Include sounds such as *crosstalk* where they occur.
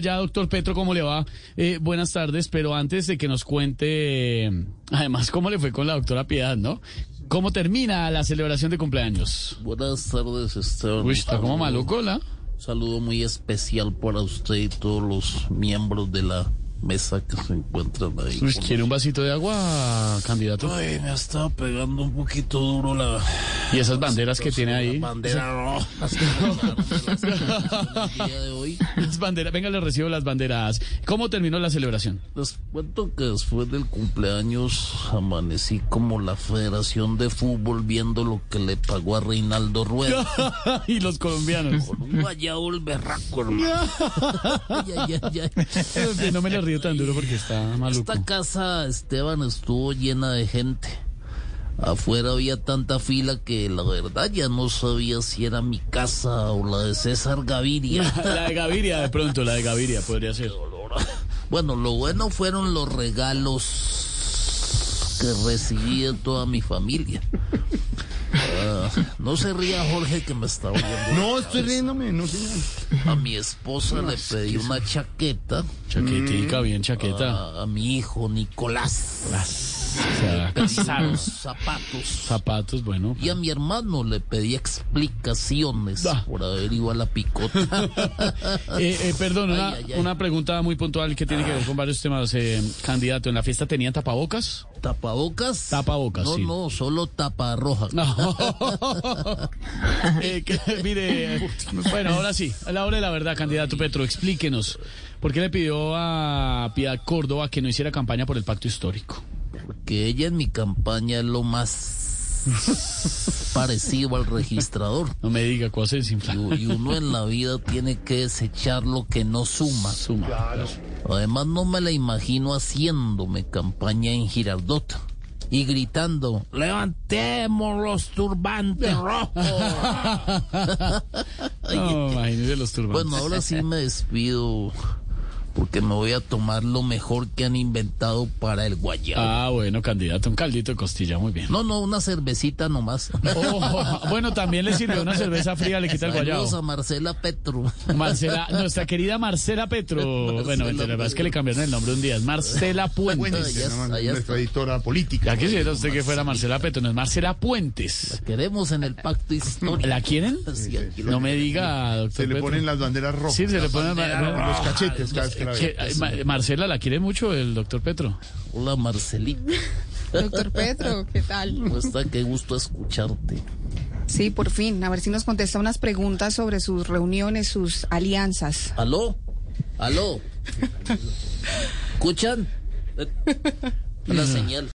Ya, doctor Petro, ¿cómo le va? Eh, buenas tardes, pero antes de que nos cuente, eh, además, cómo le fue con la doctora Piedad, ¿no? ¿Cómo termina la celebración de cumpleaños? Buenas tardes, Esteban. Uy, está como malocola. Un saludo muy especial para usted y todos los miembros de la mesa que se encuentran ahí. Uy, ¿quiere un vasito de agua, candidato? Ay, me estaba pegando un poquito duro la... ¿Y esas banderas que tiene ahí? La *laughs* bandera roja. El día de hoy. Las banderas, venga, le recibo las banderadas. ¿Cómo terminó la celebración? *laughs* Les cuento que después del cumpleaños amanecí como la Federación de Fútbol viendo lo que le pagó a *laughs* Reinaldo Rueda. y los colombianos. Con un guayabo el berraco, hermano. *laughs* Ay, ay, ay, ay. En fin, No me le río tan duro porque está maluco. Esta casa, Esteban, estuvo llena de gente. Afuera había tanta fila que la verdad ya no sabía si era mi casa o la de César Gaviria. *laughs* La de Gaviria, de pronto, la de Gaviria podría ser. Bueno, lo bueno fueron los regalos que recibí de toda mi familia. Ah, no se ría Jorge que me está oyendo. No, estoy riéndome, no señor. A mi esposa le pedí una chaqueta, Chaquetica, bien chaqueta. a, a mi hijo Nicolás O sea, pedí unos zapatos. zapatos, bueno. Y a mi hermano le pedí explicaciones Ah. por haber ido a la picota. *laughs* Eh, eh, perdón, una, Ah. Ay, ay, ay. una pregunta muy puntual que tiene que ver con varios temas. eh, candidato, ¿en la fiesta tenían tapabocas? ¿Tapabocas? Tapabocas, No, sí. no, solo tapa roja. *laughs* No. Eh, que- mire, bueno, ahora sí, a la hora de la verdad, candidato Petro, explíquenos. ¿Por qué le pidió a Piedad Córdoba que no hiciera campaña por el pacto histórico? Porque ella en mi campaña es *laughs* lo más parecido al registrador. No me diga cosas Y, desinfladas. u- y uno en la vida tiene que desechar lo que no suma. Suma. Además, no me la imagino haciéndome campaña en Girardota. Y gritando, levantemos los turbantes Ah. rojos. No, imagínese los turbantes. Bueno, Pues ahora sí me despido porque me voy a tomar lo mejor que han inventado para el guayabo. Ah, bueno, candidato, un caldito de costilla, muy *laughs* bien. No, no, una cervecita nomás. Oh, *laughs* bueno, también le sirvió una cerveza fría, le quita el guayabo. Saludos a Marcela Petro. *laughs* Marcela, nuestra querida Marcela Petro. bueno, mentira, la verdad es que le cambiaron el nombre un día. Es Marcela Puentes. ya está, ya está. Este, Nuestra editora política. Ya quisiera usted que fuera Marcela Petro, no es Marcela Puentes. Queremos en el pacto histórico. ¿La quieren? Sí, aquí lo- No me diga, doctor. Se le Petro. ponen las banderas rojas. Sí, se le ponen. Los cachetes cada vez que la Que- ve. ay, Ma- Marcela la quiere mucho el doctor Petro. Hola Marcelita, Doctor Petro, ¿qué tal? ¿cómo está? Qué gusto escucharte. Sí, por fin, a ver si nos contesta unas preguntas sobre sus reuniones, sus alianzas. ¿Aló? ¿Aló? ¿Escuchan? Una señal.